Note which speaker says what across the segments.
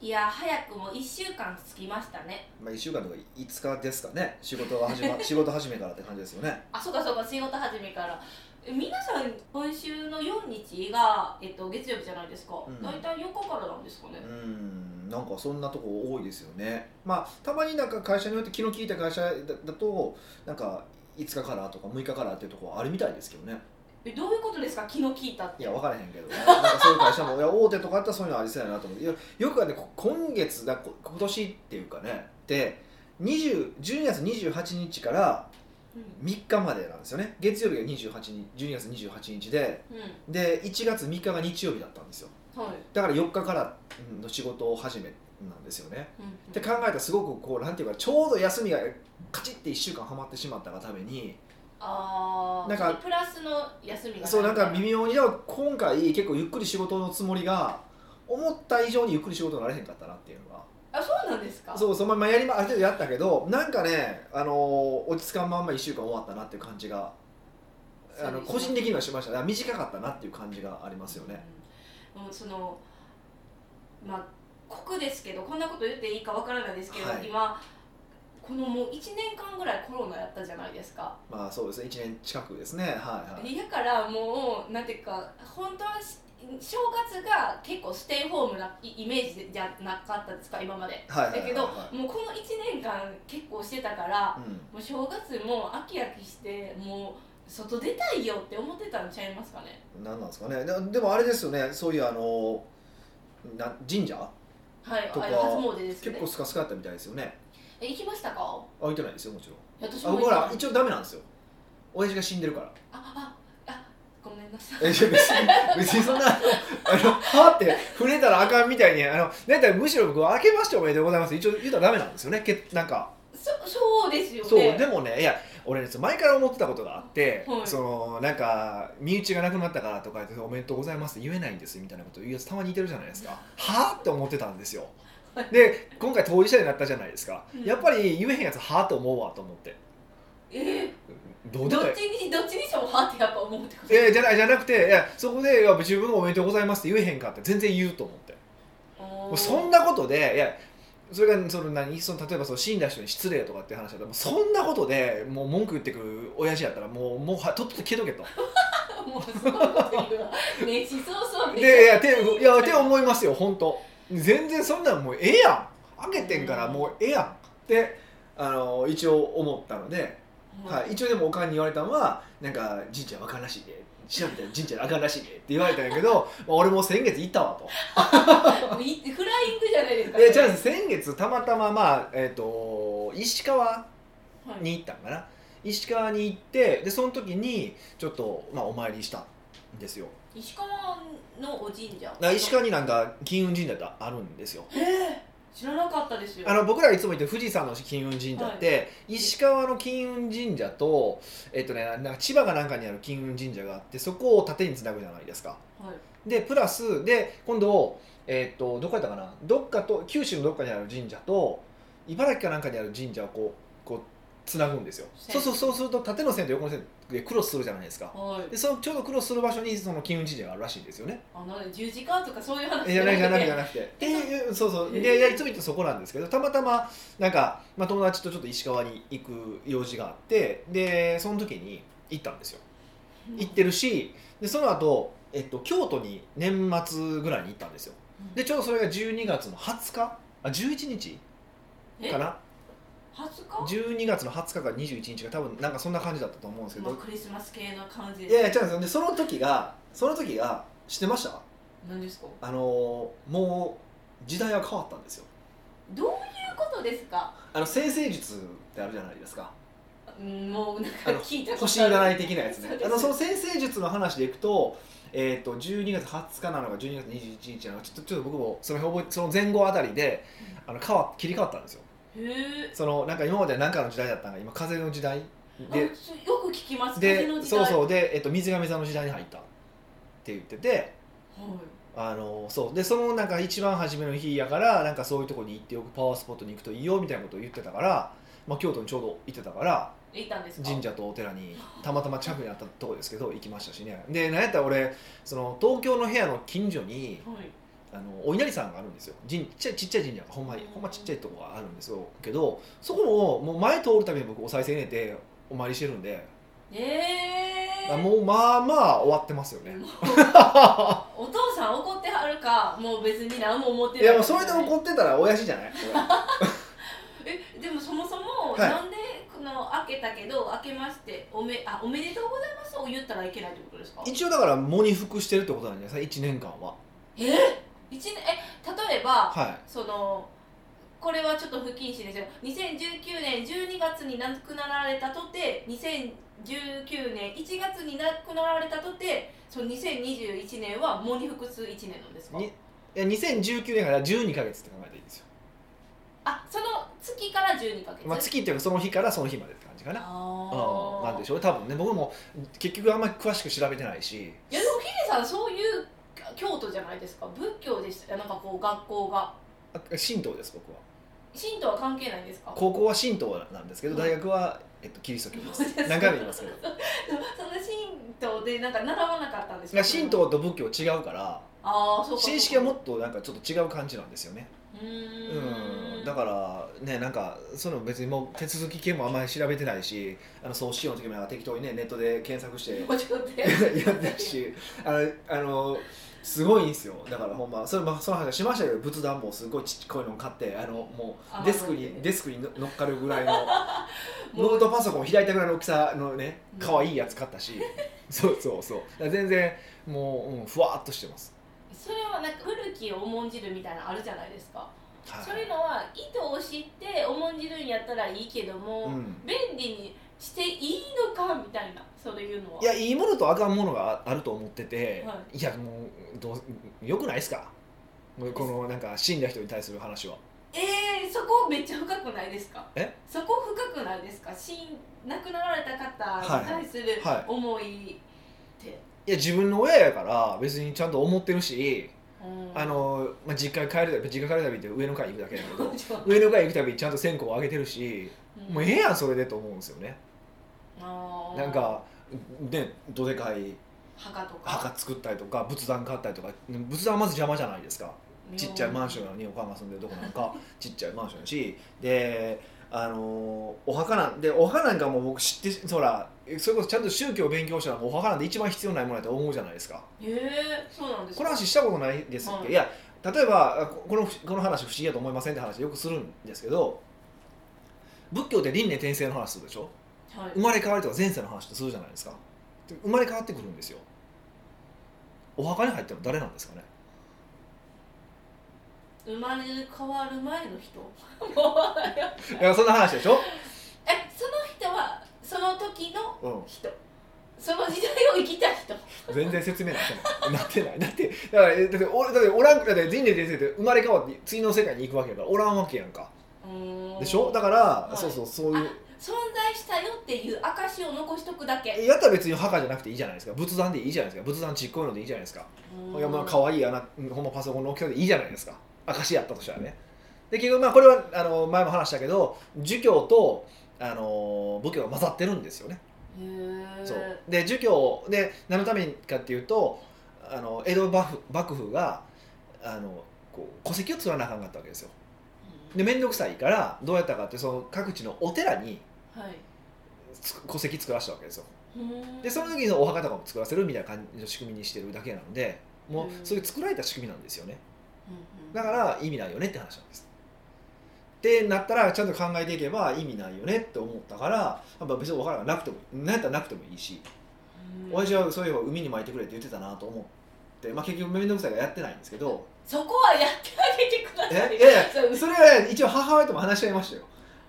Speaker 1: いや早くも1週間つきましたね
Speaker 2: まあ、1週間とか5日ですかね仕事が始ま仕事始めからって感じですよね
Speaker 1: あそうかそうか仕事始めからえ皆さん今週の4日が、えっと、月曜日じゃないですか、
Speaker 2: うん
Speaker 1: 大体4日からなんですかね
Speaker 2: う、んなんかそんなとこ多いですよねまあたまになんか会社によって気の利いた会社だだとなんか5日からとか6日からっていうとこあるみたいですけどね
Speaker 1: えどういうことですか気の利いたって
Speaker 2: いや分からへんけど、ね、なんかそういう会社もいや大手とかあったらそういうのありそうやなと思っていやよくはねこ今月だこ今年っていうかねで20 12月28日から
Speaker 1: うん
Speaker 2: 3日までなんですよね月曜日が28日12月28日で
Speaker 1: うん
Speaker 2: で1月3日が日曜日だったんですよ
Speaker 1: はい、
Speaker 2: だから4日からうんの仕事を始めなんですよね
Speaker 1: うん、
Speaker 2: って考えたらすごくこうなんていうかちょうど休みがカチッて1週間はまってしまったがために
Speaker 1: ああ
Speaker 2: なんか
Speaker 1: プラスの休みがい
Speaker 2: そうなんか微妙にだから今回結構ゆっくり仕事のつもりが思った以上にゆっくり仕事になれへんかったなっていうのが
Speaker 1: あそうなんですか
Speaker 2: そうそうまあまあやりまある程度やったけどなんかね、あのー落ち着かんまんま1週間終わったなっていう感じがあの個人的にはしましたねだから短かったなっていう感じがありますよね、
Speaker 1: うん、うんそのまあ酷ですけどこんなこと言っていいかわからないですけど、
Speaker 2: はい
Speaker 1: 今このもう1年間ぐらいコロナやったじゃないですか、
Speaker 2: まあそうですね1年近くですねはいはい
Speaker 1: だからもうなんていうか本当はし正月が結構ステイホームなイイメージじゃなかったですか今まで
Speaker 2: はいはい
Speaker 1: だけど
Speaker 2: はいはい
Speaker 1: もうこの1年間結構してたから
Speaker 2: うん
Speaker 1: もう正月も飽き飽きしてもう外出たいよって思ってたんちゃいますかね
Speaker 2: なんなんですかねででもあれですよねそういうあのな神社
Speaker 1: はいあ
Speaker 2: とか
Speaker 1: れ初詣です
Speaker 2: 結
Speaker 1: ね
Speaker 2: 構スカスカやったみたいですよね
Speaker 1: え行きましたか
Speaker 2: あ行ってないですよもちろん
Speaker 1: いや私
Speaker 2: あ
Speaker 1: も行
Speaker 2: 僕
Speaker 1: かない
Speaker 2: ら一応ダメなんですよ親父が死んでるから
Speaker 1: あああごめんなさい
Speaker 2: え別に別にそんなあのはって触れたらあかんみたいにあのだいたいむしろ僕は「明けましておめでとうございます」一応言ったらダメなんですよねけなんか
Speaker 1: そそうですよね
Speaker 2: そうでもねいや俺ね前から思ってたことがあって、
Speaker 1: はい
Speaker 2: そのなんか身内がなくなったからとか言って「おめでとうございます」って言えないんですみたいなこと言うやつたまにいてるじゃないですかはあって思ってたんですよで今回当事者になったじゃないですか、
Speaker 1: うん
Speaker 2: やっぱり言えへんやつはあと思うわと思って
Speaker 1: え
Speaker 2: ど
Speaker 1: ー
Speaker 2: うで
Speaker 1: ど
Speaker 2: もい
Speaker 1: っ
Speaker 2: い
Speaker 1: ちにどっちにしてもはってやっぱ思うってこと
Speaker 2: いやじゃないじゃなくていやそこでいや自分がおめでとうございますって言えへんかって全然言うと思ってもうそん
Speaker 1: な
Speaker 2: なことでいやそれがその何その例えばその死んだ人に失礼とかっていう話だったらもうそんなことでもう文句言ってくる親父やったらもうもうはとっとと消えとけと
Speaker 1: もうすごいこと言うわねしそうそう
Speaker 2: でいやていやて思いますよ本当全然そんなんもうええやん開けてんからもうええやんってあの一応思ったので、
Speaker 1: は
Speaker 2: はいい、一応でもおかんに言われたのはなんか神社わかんらしいで調べたら神社わかんらしいでって言われたんやけどまあ俺も先月行ったわと
Speaker 1: もういフライングじゃないですか
Speaker 2: えじゃあ先月たまたままあえっ、と石川
Speaker 1: はい
Speaker 2: に行ったんかな石川に行ってでその時にちょっと、まあ、お参りしたんですよ
Speaker 1: 石川のお神社
Speaker 2: だから石川になんか金運神社ってあるんですよ
Speaker 1: へえ知らなかったですよ
Speaker 2: あの僕らがいつも言ってる富士山の金運神社って、石川の金運神社と、えっとね、なんか千葉がなんかにある金運神社があってそこを縦につなぐじゃないですか
Speaker 1: はい
Speaker 2: でプラスで今度、えー、とどこやったかなどっかと九州のどっかにある神社と茨城かなんかにある神社をこうこうつなぐんですよ
Speaker 1: 線
Speaker 2: そうそうそうすると縦の線と横の線でクロスするじゃないですか
Speaker 1: はい
Speaker 2: でそのちょうどクロスする場所にその金運神社があるらしいんですよね
Speaker 1: あなんで十字架とかそういう話
Speaker 2: え じゃないじゃないじゃ
Speaker 1: い
Speaker 2: なくてっていうそうそうでいやいつも言ってそこなんですけどたまたまなんか、まあ、友達とちょっと石川に行く用事があってでその時に行ったんですよ行ってるしでその後、えっと京都に年末ぐらいに行ったんですよでちょうどそれが12月の20日あ11日かな
Speaker 1: 初か
Speaker 2: 12月の20日か21日が多分なんかそんな感じだったと思うんですけ
Speaker 1: まあ
Speaker 2: ど
Speaker 1: クリスマス系の感じ
Speaker 2: いやいや違うんですよでその時がその時が知ってました
Speaker 1: 何ですか
Speaker 2: あのーもう時代は変わったんですよ
Speaker 1: どういうことですか
Speaker 2: あの先生術ってあるじゃないですか
Speaker 1: うんもうなんか
Speaker 2: あの
Speaker 1: 聞いたこと
Speaker 2: 星占い的なやつねあのそ
Speaker 1: そう
Speaker 2: の先生術の話でいくと,、えー、と12月20日なのか12月21日なのかちょっとちょっと僕もその辺覚えその前後あたりであの変わ切り替わったんですよ
Speaker 1: ですへえ
Speaker 2: そのなんか今までは何かの時代だったのが今風の時代で
Speaker 1: あそうよく聞きます風
Speaker 2: で
Speaker 1: の時
Speaker 2: そう
Speaker 1: 代
Speaker 2: そううで、えっと、水亀座の時代に入ったって言っててあのそうでそのなんか一番初めの日やからなんかそういうとこに行ってよくパワースポットに行くといいよみたいなことを言ってたから、まあ、京都にちょうど行ってたから
Speaker 1: い行ったんですか
Speaker 2: 神社とお寺にたまたま近くにあったとこですけど行きましたしねでなんやったら俺その東京の部屋の近所に
Speaker 1: はい
Speaker 2: あのお稲荷さんがあるんですよ神ちっちゃいちっちゃい神社がほんまに
Speaker 1: うん
Speaker 2: ほんまちっちゃいとこがあるんですよけどそこももう前通るたびに僕お賽銭入れてお参りしてるんで、
Speaker 1: ええ
Speaker 2: あもうまあまあ終わってますよね、
Speaker 1: もうお父さん怒ってはるかもう別に何も思ってない
Speaker 2: いやもうそれで怒ってたら親父じゃ ない
Speaker 1: えでもそもそも、
Speaker 2: はい
Speaker 1: なんでこの開けたけど開けましておめあおめでとうございますを言ったらいけないってことですか
Speaker 2: 一応だから喪に服してるってことなんじゃないですか1年間は
Speaker 1: え一年え例えば、
Speaker 2: は
Speaker 1: そのこれはちょっと不謹慎ですよ2019年12月に亡くなられたとて2019年1月に亡くなられたとてその2021年は喪に服す1年なんですか
Speaker 2: いにいや2019年から12か月って考えていいんですよ、
Speaker 1: あその月から12ヶ月、
Speaker 2: まあ、月っていうかその日からその日までって感じかな
Speaker 1: あ
Speaker 2: うん
Speaker 1: ー
Speaker 2: なんでしょうね多分ね僕も結局あんまり詳しく調べてないし
Speaker 1: いやでもヒデさんそういう京都じゃないですか仏教でしたなんかこう学校が
Speaker 2: あ神道です僕は
Speaker 1: 神道は関係ないんですか
Speaker 2: 高校は神道なんですけど
Speaker 1: うん
Speaker 2: 大学は、えっと、キリスト教で
Speaker 1: そうですす
Speaker 2: 何回も言いますけど
Speaker 1: その神道でなんか習わなかったんです
Speaker 2: いや神道と仏教違うから
Speaker 1: ああそうかそうか
Speaker 2: 神式はもっとなんかちょっと違う感じなんですよね
Speaker 1: うー
Speaker 2: うんんだからねなんかそういうの別にもう手続き系もあんまり調べてないしあのそうしようの時もなんか適当にねネットで検索して
Speaker 1: もうちょっと や
Speaker 2: やってるしあのあのすごいんですよだからほんまそれもその話しましたけど仏壇もすごいちっこいのを買ってあのも
Speaker 1: あ
Speaker 2: うデスク
Speaker 1: ま
Speaker 2: に
Speaker 1: あ
Speaker 2: デスクに乗っかるぐらい の
Speaker 1: も
Speaker 2: ノ
Speaker 1: う
Speaker 2: ートパソコン開いたぐらいの大きさのね
Speaker 1: うん
Speaker 2: 可愛いやつ買ったし、そうそうそうだから全然もう、うん、ふわっとしてます、
Speaker 1: それはなんか古きを重んじるみたいなのあるじゃないですか、
Speaker 2: はい、
Speaker 1: そういうのは意図を知って重んじるんやったらいいけども、
Speaker 2: うん
Speaker 1: 便利にしていいのかみたいなそういうのはい
Speaker 2: やいいものとあかんものがああると思ってて、、
Speaker 1: はい
Speaker 2: やもうどうよくないですかもうこのなんか死んだ人に対する話は
Speaker 1: えー、そこめっちゃ深くないですか
Speaker 2: え
Speaker 1: そこ深くないですか死ん亡くなられた方に対する
Speaker 2: はいはい
Speaker 1: 思いって、
Speaker 2: いや自分の親やから別にちゃんと思ってるし、
Speaker 1: うん
Speaker 2: あの、まあ、実家に帰るたび実家帰るたびって上の階行くだけだけ ど
Speaker 1: ちょっと
Speaker 2: 上の階行くたびちゃんと線香をあげてるし、
Speaker 1: うん
Speaker 2: もうええやんそれでと思うんですよね、
Speaker 1: あー
Speaker 2: なんかねどでかい
Speaker 1: 墓とか
Speaker 2: 墓作ったりとか仏壇買ったりとか仏壇はまず邪魔じゃないですかちっちゃいマンション
Speaker 1: ン
Speaker 2: なのにお母が住んでるとこなんかちっちゃいマンションやしであのーお墓なんでお墓なんかもう僕知ってそらそれこそちゃんと宗教を勉強したらもうお墓なんて一番必要ないものやと思うじゃないですか
Speaker 1: ええー、そうなんです
Speaker 2: こ
Speaker 1: か
Speaker 2: の話したことないですっけ、
Speaker 1: はい
Speaker 2: い、や例えばあここのこの話不思議やと思いませんって話よくするんですけど仏教って輪廻転生の話するでしょ
Speaker 1: はい
Speaker 2: 生まれ変わりとか前世の話ってするじゃないですかで生まれ変わってくるんですよお墓に入ってるの誰なんですかね
Speaker 1: 生まれ変わる前の 人
Speaker 2: いやそんな話でしょ、
Speaker 1: えその人はその時の
Speaker 2: うん、
Speaker 1: 人その時代を生きた人
Speaker 2: 全然説明なってないなってないだってだからえだっておだっておらんだって人類先生って生まれ変わって次の世界に行くわけやからおらんわけやんかでしょだ
Speaker 1: か
Speaker 2: から、
Speaker 1: い
Speaker 2: そうそうそういう
Speaker 1: 存在したよっていう証を残しとくだけ
Speaker 2: えやったら別に墓じゃなくていいじゃないですか仏壇でいいじゃないですか仏壇ちっこいのでいいじゃないですかいやまあ可愛い穴ほんまパソコンの大きさでいいじゃないですか証やったとしたらねで結局まあこれはあの前も話したけど儒教とあの仏教が混ざってるんですよね
Speaker 1: へー
Speaker 2: そうで儒教で何のためにかっていうとあの江戸幕府幕府があのこう戸籍を作らなあかんかったわけですよで面倒くさいからどうやったかってその各地のお寺に
Speaker 1: はい
Speaker 2: つ戸籍作らしたわけですよ
Speaker 1: うん
Speaker 2: でその時にお墓とかも作らせるみたいな感じの仕組みにしてるだけなのでも
Speaker 1: うん
Speaker 2: うそういう作られた仕組みなんですよね
Speaker 1: うんうん
Speaker 2: だから意味ないよねって話なんですってなったらちゃんと考えていけば意味ないよねって思ったからやっぱ別にお墓がなくてもなんやったらなくてもいいし
Speaker 1: うん
Speaker 2: 親父はそういえば海に巻いてくれって言ってたなと思って、まあ、結局面倒くさいからやってないんですけど
Speaker 1: そこはやってあげてくだ
Speaker 2: え
Speaker 1: さい
Speaker 2: いやい
Speaker 1: そう
Speaker 2: やそれは一応母親とも話し合いましたよ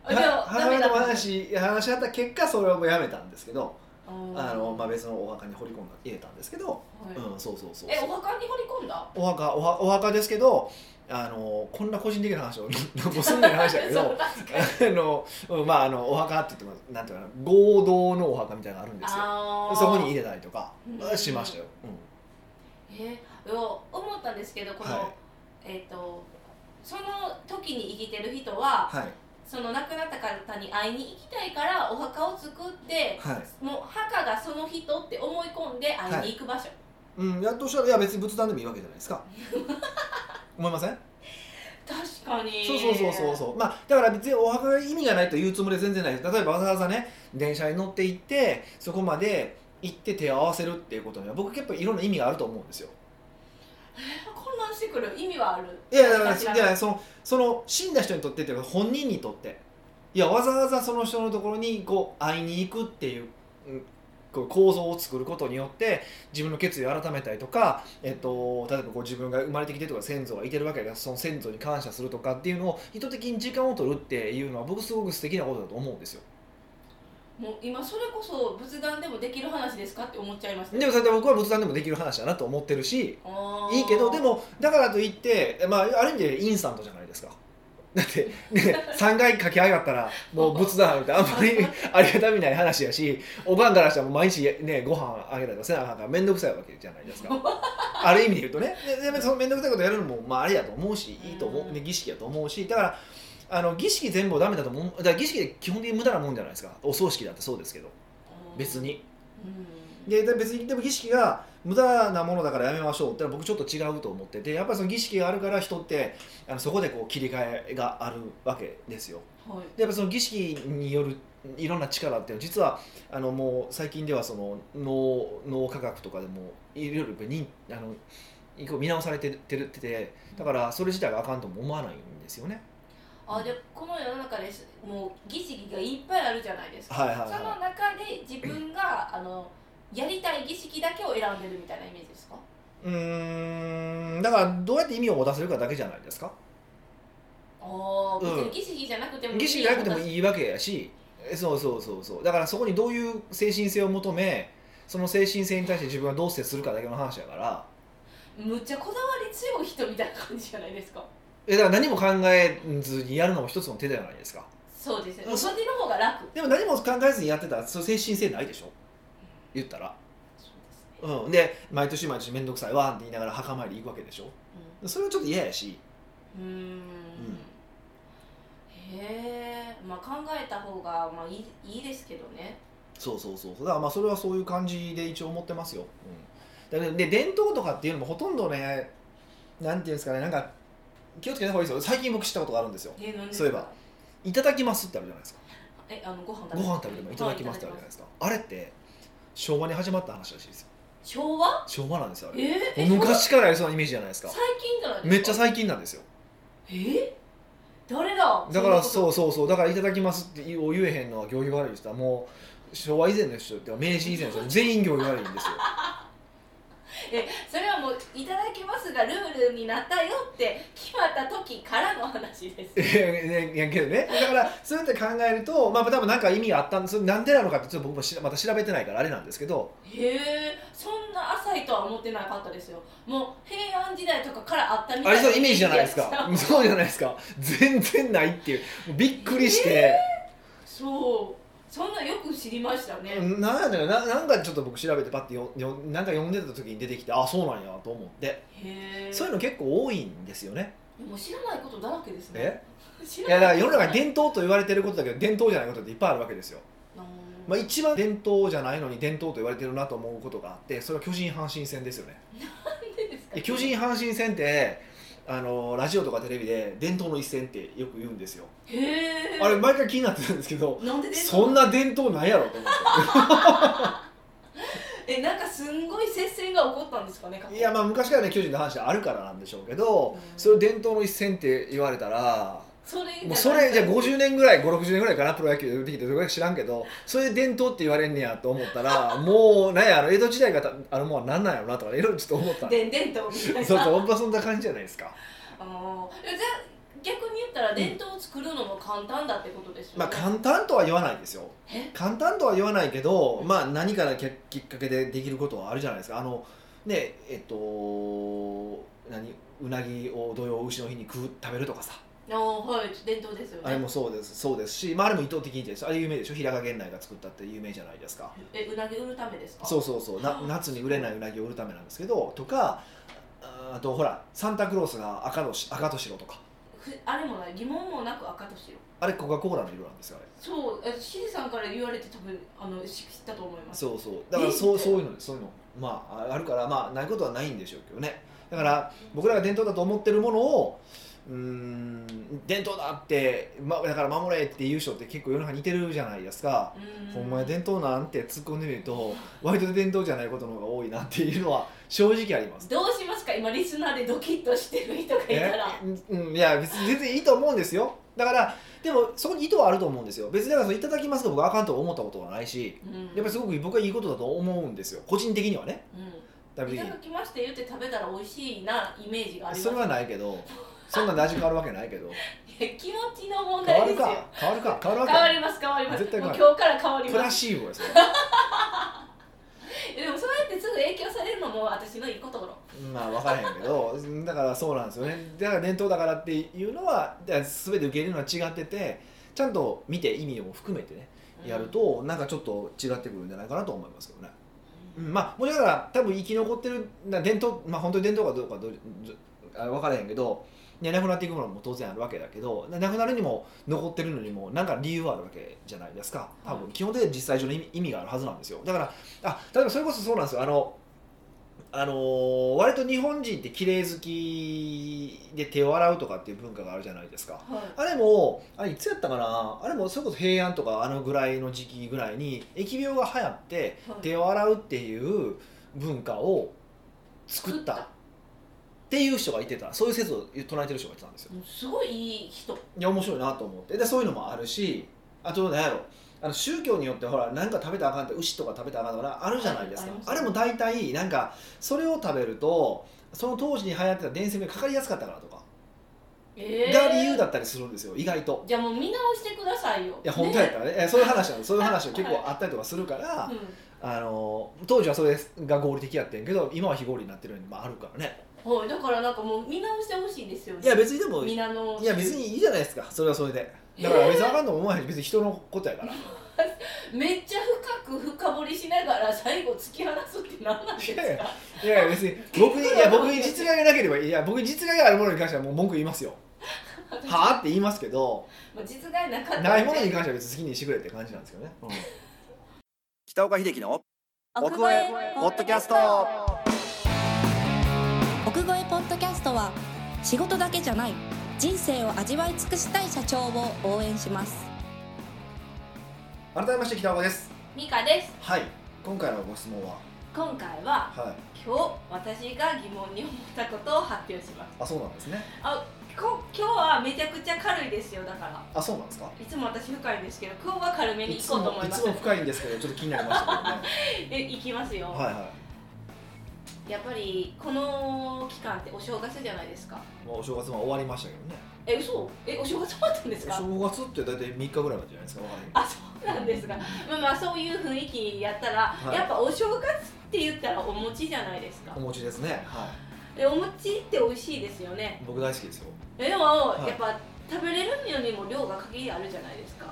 Speaker 1: あじゃ
Speaker 2: は
Speaker 1: あ
Speaker 2: 母親とも
Speaker 1: ダメだ
Speaker 2: 話し話し合った結果それはもうやめたんですけど
Speaker 1: あー
Speaker 2: あの、まあ、別のお墓に掘り込んだ入れたんですけど、
Speaker 1: はい
Speaker 2: うん、そうそうそう
Speaker 1: えお墓に掘り込んだ
Speaker 2: お墓お墓お墓ですけどあのこんな個人的な話を なんもすんない話だ け
Speaker 1: そう
Speaker 2: ど
Speaker 1: 確かに
Speaker 2: あの、うんまあ、あのお墓って言ってもなんていうかな合同のお墓みたいなのがあるんですよ
Speaker 1: あー
Speaker 2: そこに入れたりとか
Speaker 1: うん
Speaker 2: しましたよ、うん
Speaker 1: えー、思ったんですけどこの、
Speaker 2: はい
Speaker 1: えっ、とその時に生きてる人は
Speaker 2: はい
Speaker 1: その亡くなった方に会いに行きたいからお墓を作って
Speaker 2: はい
Speaker 1: もう墓がその人って思い込んで会いに行く場所、
Speaker 2: うん、やっとしたらいや別に仏壇でもいいわけじゃないですか思いません
Speaker 1: 確かに
Speaker 2: そうそうそうそうそうまあだから別にお墓が意味がないと言うつもりは全然ないです例えばわざわざね電車に乗って行ってそこまで行って手を合わせるっていうことには僕結構いろんな意味があると思うんですよ
Speaker 1: 混乱してくる意味はある
Speaker 2: いやだから
Speaker 1: 確か
Speaker 2: い
Speaker 1: に
Speaker 2: やそのその死んだ人にとってっていうか本人にとっていやわざわざその人のところにこう会いに行くっていううんこう構造を作ることによって自分の決意を改めたりとか、えっと、例えばこう自分が生まれてきてとか先祖がいてるわけだからその先祖に感謝するとかっていうのを意図的に時間を取るっていうのは僕すごく素敵なことだと思うんですよ
Speaker 1: もう今それこそ仏壇でもできる話ですかって思っちゃいました
Speaker 2: でもそれって僕は仏壇でもできる話だなと思ってるし
Speaker 1: あー
Speaker 2: いいけどでもだからといって、まあ、ある意味でインスタントじゃないですかだって、ね、3階駆け上がったらもう仏壇なんてあんまり ありがたみない話やしおばんからしたらもう毎日、ね、ご飯あげたりとかせなあかんから面倒くさいわけじゃないですかある意味で言うとねででその面倒くさいことやるのも、まあ、あれやと思うしいいと思う、ね、儀式やと思うしだからあの儀式全部をダメだと思うだから儀式で基本的に無駄なもんじゃないですかお葬式だってそうですけど別に。
Speaker 1: うん
Speaker 2: でで別にでも儀式が無駄なものだからやめましょうってのは僕ちょっと違うと思っててやっぱりその儀式があるから人ってあのそこでこう切り替えがあるわけですよ。
Speaker 1: はい
Speaker 2: でやっぱその儀式によるいろんな力っていうのは実はあのもう最近ではその脳脳科学とかでもいろいろやっぱ認あのいこう見直されてるてるっててだからそれ自体があかんとも思わないんですよね。
Speaker 1: あでこの世の中ですもう儀式がいっぱいあるじゃないですか、
Speaker 2: はいはいはい
Speaker 1: その中で自分 があのやりたい儀式だけを選んでるみたいなイメージですか
Speaker 2: うーんだからどうやって意味を持たせるかだけじゃないですか。
Speaker 1: ああ別
Speaker 2: うん
Speaker 1: に儀式じゃなくても
Speaker 2: 儀式がなくても
Speaker 1: い
Speaker 2: いいわけやしえそうそうそうそうだからそこにどういう精神性を求めその精神性に対して自分はどう接するかだけの話やから
Speaker 1: むっちゃこだわり強い人みたいな感じじゃないですか
Speaker 2: えだから何も考えずにやるのも一つの手じゃないですか
Speaker 1: そうですね
Speaker 2: うん
Speaker 1: そっちの方が楽
Speaker 2: でも何も考えずにやってたらその精神性ないでしょ言ったら、
Speaker 1: そうですね、
Speaker 2: うん、で毎年毎年面倒くさいわって言いながら墓参り行くわけでしょそれはちょっと嫌やし
Speaker 1: うんうーんへえまあ考えた方がまあいいいいですけどね
Speaker 2: そうそうそうそうだからまあそれはそういう感じで一応思ってますよ、うん、だからで伝統とかっていうのもほとんどねなんていうんですかねなんか気をつけた方がいいですよ最近僕知ったことがあるんですよ
Speaker 1: えなんです
Speaker 2: そういえば「いただきます」ってあるじゃないですか
Speaker 1: えあのご飯
Speaker 2: ご飯食べても「いただきます」ってあるじゃないですかあれって昭和に始まった話らしいですよ
Speaker 1: 昭和
Speaker 2: 昭和なんですよあれ
Speaker 1: えー、え
Speaker 2: もう昔からやりそうなイメージじゃないですか
Speaker 1: 最近じゃないですか
Speaker 2: めっちゃ最近なんですよ
Speaker 1: え誰だ
Speaker 2: だから
Speaker 1: う
Speaker 2: そうそうそうだから「いただきます」って言う言えへんのは行儀悪いですからもう昭和以前の人ってか明治以前の人全員行儀悪いんですよ
Speaker 1: えそれはもう「いただきます」がルールになったよって決まった時からの話です
Speaker 2: いやい やいやけどねだからそうやって考えるとまあ多分なんか意味があったんですなんでなのかってちょっと僕もしらまた調べてないからあれなんですけど
Speaker 1: へえそんな浅いとは思ってなかったですよもう平安時代とかからあったみた
Speaker 2: あ
Speaker 1: い
Speaker 2: れそうイメージじゃないですか
Speaker 1: や
Speaker 2: そうじゃないですか全然ないっていうもうびっくりして、
Speaker 1: そうそんなよく知りましたね、
Speaker 2: なんやねんななんかちょっと僕調べてパッてよよなんか読んでた時に出てきてあそうなんやと思って
Speaker 1: へえ
Speaker 2: そういうの結構多いんですよね
Speaker 1: もう知らないことだらけですね
Speaker 2: え
Speaker 1: 知
Speaker 2: い
Speaker 1: ら
Speaker 2: やだ
Speaker 1: な
Speaker 2: から
Speaker 1: い
Speaker 2: 世の中に伝統と言われてることだけど伝統じゃないことっていっぱいあるわけですよ
Speaker 1: うん
Speaker 2: まあ、一番伝統じゃないのに伝統と言われてるなと思うことがあってそれは巨人阪神戦ですよね
Speaker 1: なんでですか
Speaker 2: いや巨人阪神戦ってあのラジオとかテレビで伝統の一戦ってよく言うんですよ
Speaker 1: へえ
Speaker 2: あれ毎回気になってたんですけど
Speaker 1: なんでですか
Speaker 2: そんな伝統ないやろと思っ
Speaker 1: えなんかすんごい接戦が起こったんですかね過去
Speaker 2: ていやまあ昔からね巨人の話あるからなんでしょうけ
Speaker 1: う
Speaker 2: ど
Speaker 1: ん
Speaker 2: それを伝統の一戦って言われたら
Speaker 1: それ
Speaker 2: もうそれじゃあ50年ぐらい560年ぐらいかなプロ野球出てきてどれぐらいか知らんけどそれで伝統って言われんねやと思ったらもうなんやあの江戸時代がたあのもんはなんなんやろなとかいろいろちょっと思った
Speaker 1: でんでんとみたいな
Speaker 2: そうそうほんまそんな感じじゃないですか
Speaker 1: あのーえじゃあ逆に言ったら伝統を作るのも簡単だってことですよね、
Speaker 2: まあ簡単とは言わないですよ
Speaker 1: え
Speaker 2: 簡単とは言わないけど、まあ、何かのききっかけでできることはあるじゃないですかあのねえっと何うなぎを土曜牛の日に食う食べるとかさ
Speaker 1: あーはい伝統ですよね
Speaker 2: あれもそうですそうですし、まあ、あれも意図的にですあれ有名でしょ平賀源内が作ったって有名じゃないですか
Speaker 1: えうなぎ売るためですか
Speaker 2: そうそうそうな夏に売れないうなぎを売るためなんですけどとかああとほらサンタクロースが赤とし赤と白とか
Speaker 1: ふあれもない疑問もなく赤と白
Speaker 2: あれコカ・コーラの色なんですよあれ
Speaker 1: そうえシリさんから言われて多分あのし知ったと思います
Speaker 2: そうそうだからそう
Speaker 1: え
Speaker 2: そういうのですそういうのまあああるからまあないことはないんでしょうけどねだから僕らが伝統だと思ってるものをうーん伝統だって、ま、だから守れっていう人って結構世の中似てるじゃないですか、
Speaker 1: うん
Speaker 2: ほんまや伝統なんて突っ込んでみると割と伝統じゃないことの方が多いなっていうのは正直あります
Speaker 1: どうしますか今リスナーでドキッとしてる人がいた
Speaker 2: え
Speaker 1: ら、
Speaker 2: うん、いや別に全然いいと思うんですよだからでもそこに意図はあると思うんですよ別にだからそのいただきますと僕あかんと思ったことはないし
Speaker 1: うん
Speaker 2: やっぱりすごく僕はいいことだと思うんですよ個人的にはね食
Speaker 1: うん、
Speaker 2: べ
Speaker 1: い
Speaker 2: 的
Speaker 1: た
Speaker 2: に
Speaker 1: だきまして言って食べたら美味しいなイメージがあります
Speaker 2: それはないけどそんな味変わるわけな いけど
Speaker 1: いや気持ちの問
Speaker 2: 変わ
Speaker 1: 題で
Speaker 2: る
Speaker 1: すよ
Speaker 2: か変わるか変わるわけ
Speaker 1: 変わ
Speaker 2: ない
Speaker 1: ります変わります
Speaker 2: 絶対変わる
Speaker 1: もう今日から変わり
Speaker 2: プ
Speaker 1: ま
Speaker 2: ラ
Speaker 1: す
Speaker 2: シーボですよ、
Speaker 1: でもそうやってすぐ影響されるのも私のいいこところ
Speaker 2: まあ分からへんけどだからそうなんですよねだから伝統だからっていうのはだから全て受け入れるのは違っててちゃんと見て意味も含めてねやる、となんかちょっと違ってくるんじゃないかなと思いますけどね、
Speaker 1: う
Speaker 2: うんん、まあもちろんだから多分生き残ってるな伝統まあ本当に伝統かどうかどうずあ分からへんけどね、なくなっていくものも当然あるわけだけどななくなるにも残ってるのにもなんか理由はあるわけじゃないですか多
Speaker 1: は
Speaker 2: 分基本的には実際上の意味意味があるはずなんですよだからあ例えばそれこそそうなんですよあのあのー割と日本人って綺麗好きで手を洗うとかっていう文化があるじゃないですか
Speaker 1: はい
Speaker 2: あれもあれいつやったかなあれもそれこそ平安とかあのぐらいの時期ぐらいに疫病が流行って
Speaker 1: はい
Speaker 2: 手を洗うっていう文化を作ったっていう人がいてたそういう説を唱えてる人がいてたんですよ
Speaker 1: うんすごいいい人
Speaker 2: いや面白いなと思ってでそういうのもあるしあと何やろあの宗教によってほら何か食べたらあかんって牛とか食べたらあかんとかあるじゃないですか、
Speaker 1: はいあります
Speaker 2: あれも大体なんかそれを食べるとその当時に流行ってた伝染病にかかりやすかったからとか
Speaker 1: えー
Speaker 2: が理由だったりするんですよ意外と。
Speaker 1: じゃあもう見直してくださいよ
Speaker 2: いや本当やったらねえそういう話な のそういう話も結構あったりとかするから、
Speaker 1: ね
Speaker 2: あの当時はそれが合理的やってんけど今は非合理になってるのに、まあ、あるからね
Speaker 1: うんはいだからなんかもう見直してほしいですよね
Speaker 2: いや別にでもい
Speaker 1: 皆の
Speaker 2: や別にいいじゃないですかそれはそれでだから別にあかんとも思わへんし別に人のことやからい
Speaker 1: めっちゃ深く深掘りしながら最後突き放すって何なんですか
Speaker 2: いやいやいや別に僕にいや僕に実害がなければいいいや僕に実害があるものに関してはもう文句言いますよはあって言いますけど
Speaker 1: まあ実害なかった
Speaker 2: ないものに関しては別に好きにしてくれって感じなんですけどね、北岡秀樹の
Speaker 3: 奥越えポッドキャスト奥越えポッドキャストは仕事だけじゃない人生を味わい尽くしたい社長を応援します
Speaker 2: 改めまして北岡です
Speaker 1: ミカです
Speaker 2: はい今回のご質問は
Speaker 1: 今回は
Speaker 2: はい
Speaker 1: 今日私が疑問に思ったことを発表します
Speaker 2: あそうなんですね
Speaker 1: あこ今日はめちゃくちゃ軽いですよだから
Speaker 2: あそうなんですか
Speaker 1: いつも私深いんですけど今日は軽めに行こうと思います
Speaker 2: つも深いんですけどちょっと気になりましたけどね
Speaker 1: え行きますよ、
Speaker 2: はいは
Speaker 1: やっぱりこの期間ってお正月じゃないですか
Speaker 2: いもうお正月も終わりましたけどね
Speaker 1: え嘘えお正月終わったんですか
Speaker 2: お正月って大体3日ぐらいまでじゃないですかわからへん
Speaker 1: あそうなんですがまあまあそういう雰囲気やったら、
Speaker 2: はい
Speaker 1: やっぱお正月って言ったらお餅じゃないですか
Speaker 2: お餅ですねは
Speaker 1: でお餅って美味しいですよね
Speaker 2: い僕大好きですよ
Speaker 1: でも、
Speaker 2: い
Speaker 1: やっぱ食べれるのにも量が限りあるじゃないですか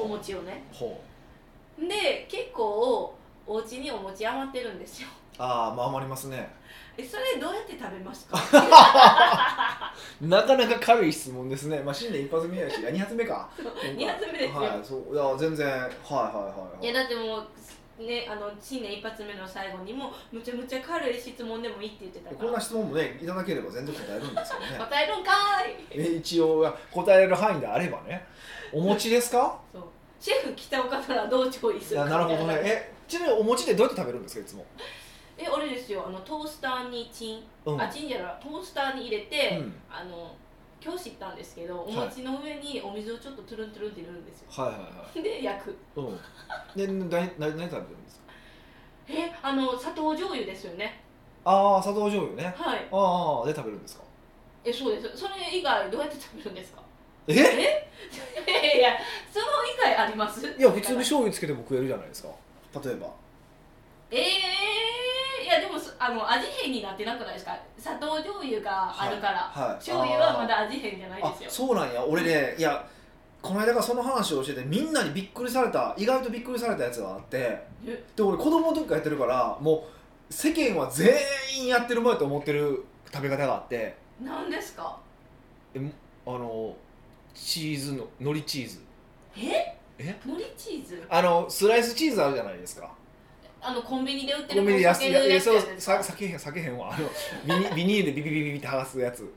Speaker 1: お
Speaker 2: ほ
Speaker 1: 餅をね
Speaker 2: うほ
Speaker 1: で結構お家にお餅余ってるんですよ
Speaker 2: うああまあ余りますね
Speaker 1: えそれどうやって食べますか
Speaker 2: なかなか軽い質問ですねまあ新年一発 目やし2発目か
Speaker 1: 二発目ですよ
Speaker 2: はいそういや全然はいはいはい
Speaker 1: いやだってもうねあの新年一発目の最後にもむちゃむちゃ軽い質問でもいいって言ってたか
Speaker 2: こんな
Speaker 1: ら
Speaker 2: 質問もねいただければ全然答える んですけどね
Speaker 1: 答えるんかーい
Speaker 2: え一応は答えられる範囲であればねお餅です か
Speaker 1: そうシェフ北岡ならどう調理
Speaker 2: い
Speaker 1: する
Speaker 2: や
Speaker 1: か
Speaker 2: なるほどね
Speaker 1: え
Speaker 2: えちなみにお餅でどうやって食べるんですかいつも、
Speaker 1: え俺ですよあのトースターにチン、
Speaker 2: うん
Speaker 1: あチンじゃないトースターに入れて、
Speaker 2: うん
Speaker 1: あの今日知ったんですけどお
Speaker 2: はい
Speaker 1: 餅の上にお水をちょっとトゥルントゥルンって入れるんですよ
Speaker 2: はいはいは
Speaker 1: で焼く
Speaker 2: いうんでなな何食べてるんですか
Speaker 1: えあの砂糖醤油ですよね
Speaker 2: ああ砂糖醤油ね
Speaker 1: はい
Speaker 2: ああで食べるんですか
Speaker 1: えそうですそれ以外どうやって食べるんですか
Speaker 2: え
Speaker 1: いやいやその以外あります
Speaker 2: いや普通に醤油つけても食えるじゃないですか例えば
Speaker 1: ええいやでもそあの味変になってなくないですか砂糖醤油があるから、
Speaker 2: はいはい
Speaker 1: 醤油はまだ味変じゃない
Speaker 2: あ
Speaker 1: ですよ
Speaker 2: そうなんや俺ねいやこの間からその話をしててみんなにびっくりされた意外とびっくりされたやつがあって
Speaker 1: え
Speaker 2: で俺子供の時からやってるからもう世間は全員やってる前と思ってる食べ方があって
Speaker 1: 何ですか
Speaker 2: あのチーズののりチーズ
Speaker 1: え
Speaker 2: え
Speaker 1: 海苔チーズ
Speaker 2: あのスライスチーズあるじゃないですか
Speaker 1: あのコンビニで売って
Speaker 2: コ
Speaker 1: る
Speaker 2: ンビニで安
Speaker 1: 酒
Speaker 2: い
Speaker 1: の
Speaker 2: やえ
Speaker 1: やつ
Speaker 2: そう
Speaker 1: やつです
Speaker 2: さ
Speaker 1: か
Speaker 2: 避けへん避けへんわあのビニビニールでビビビビビって剥がすやつ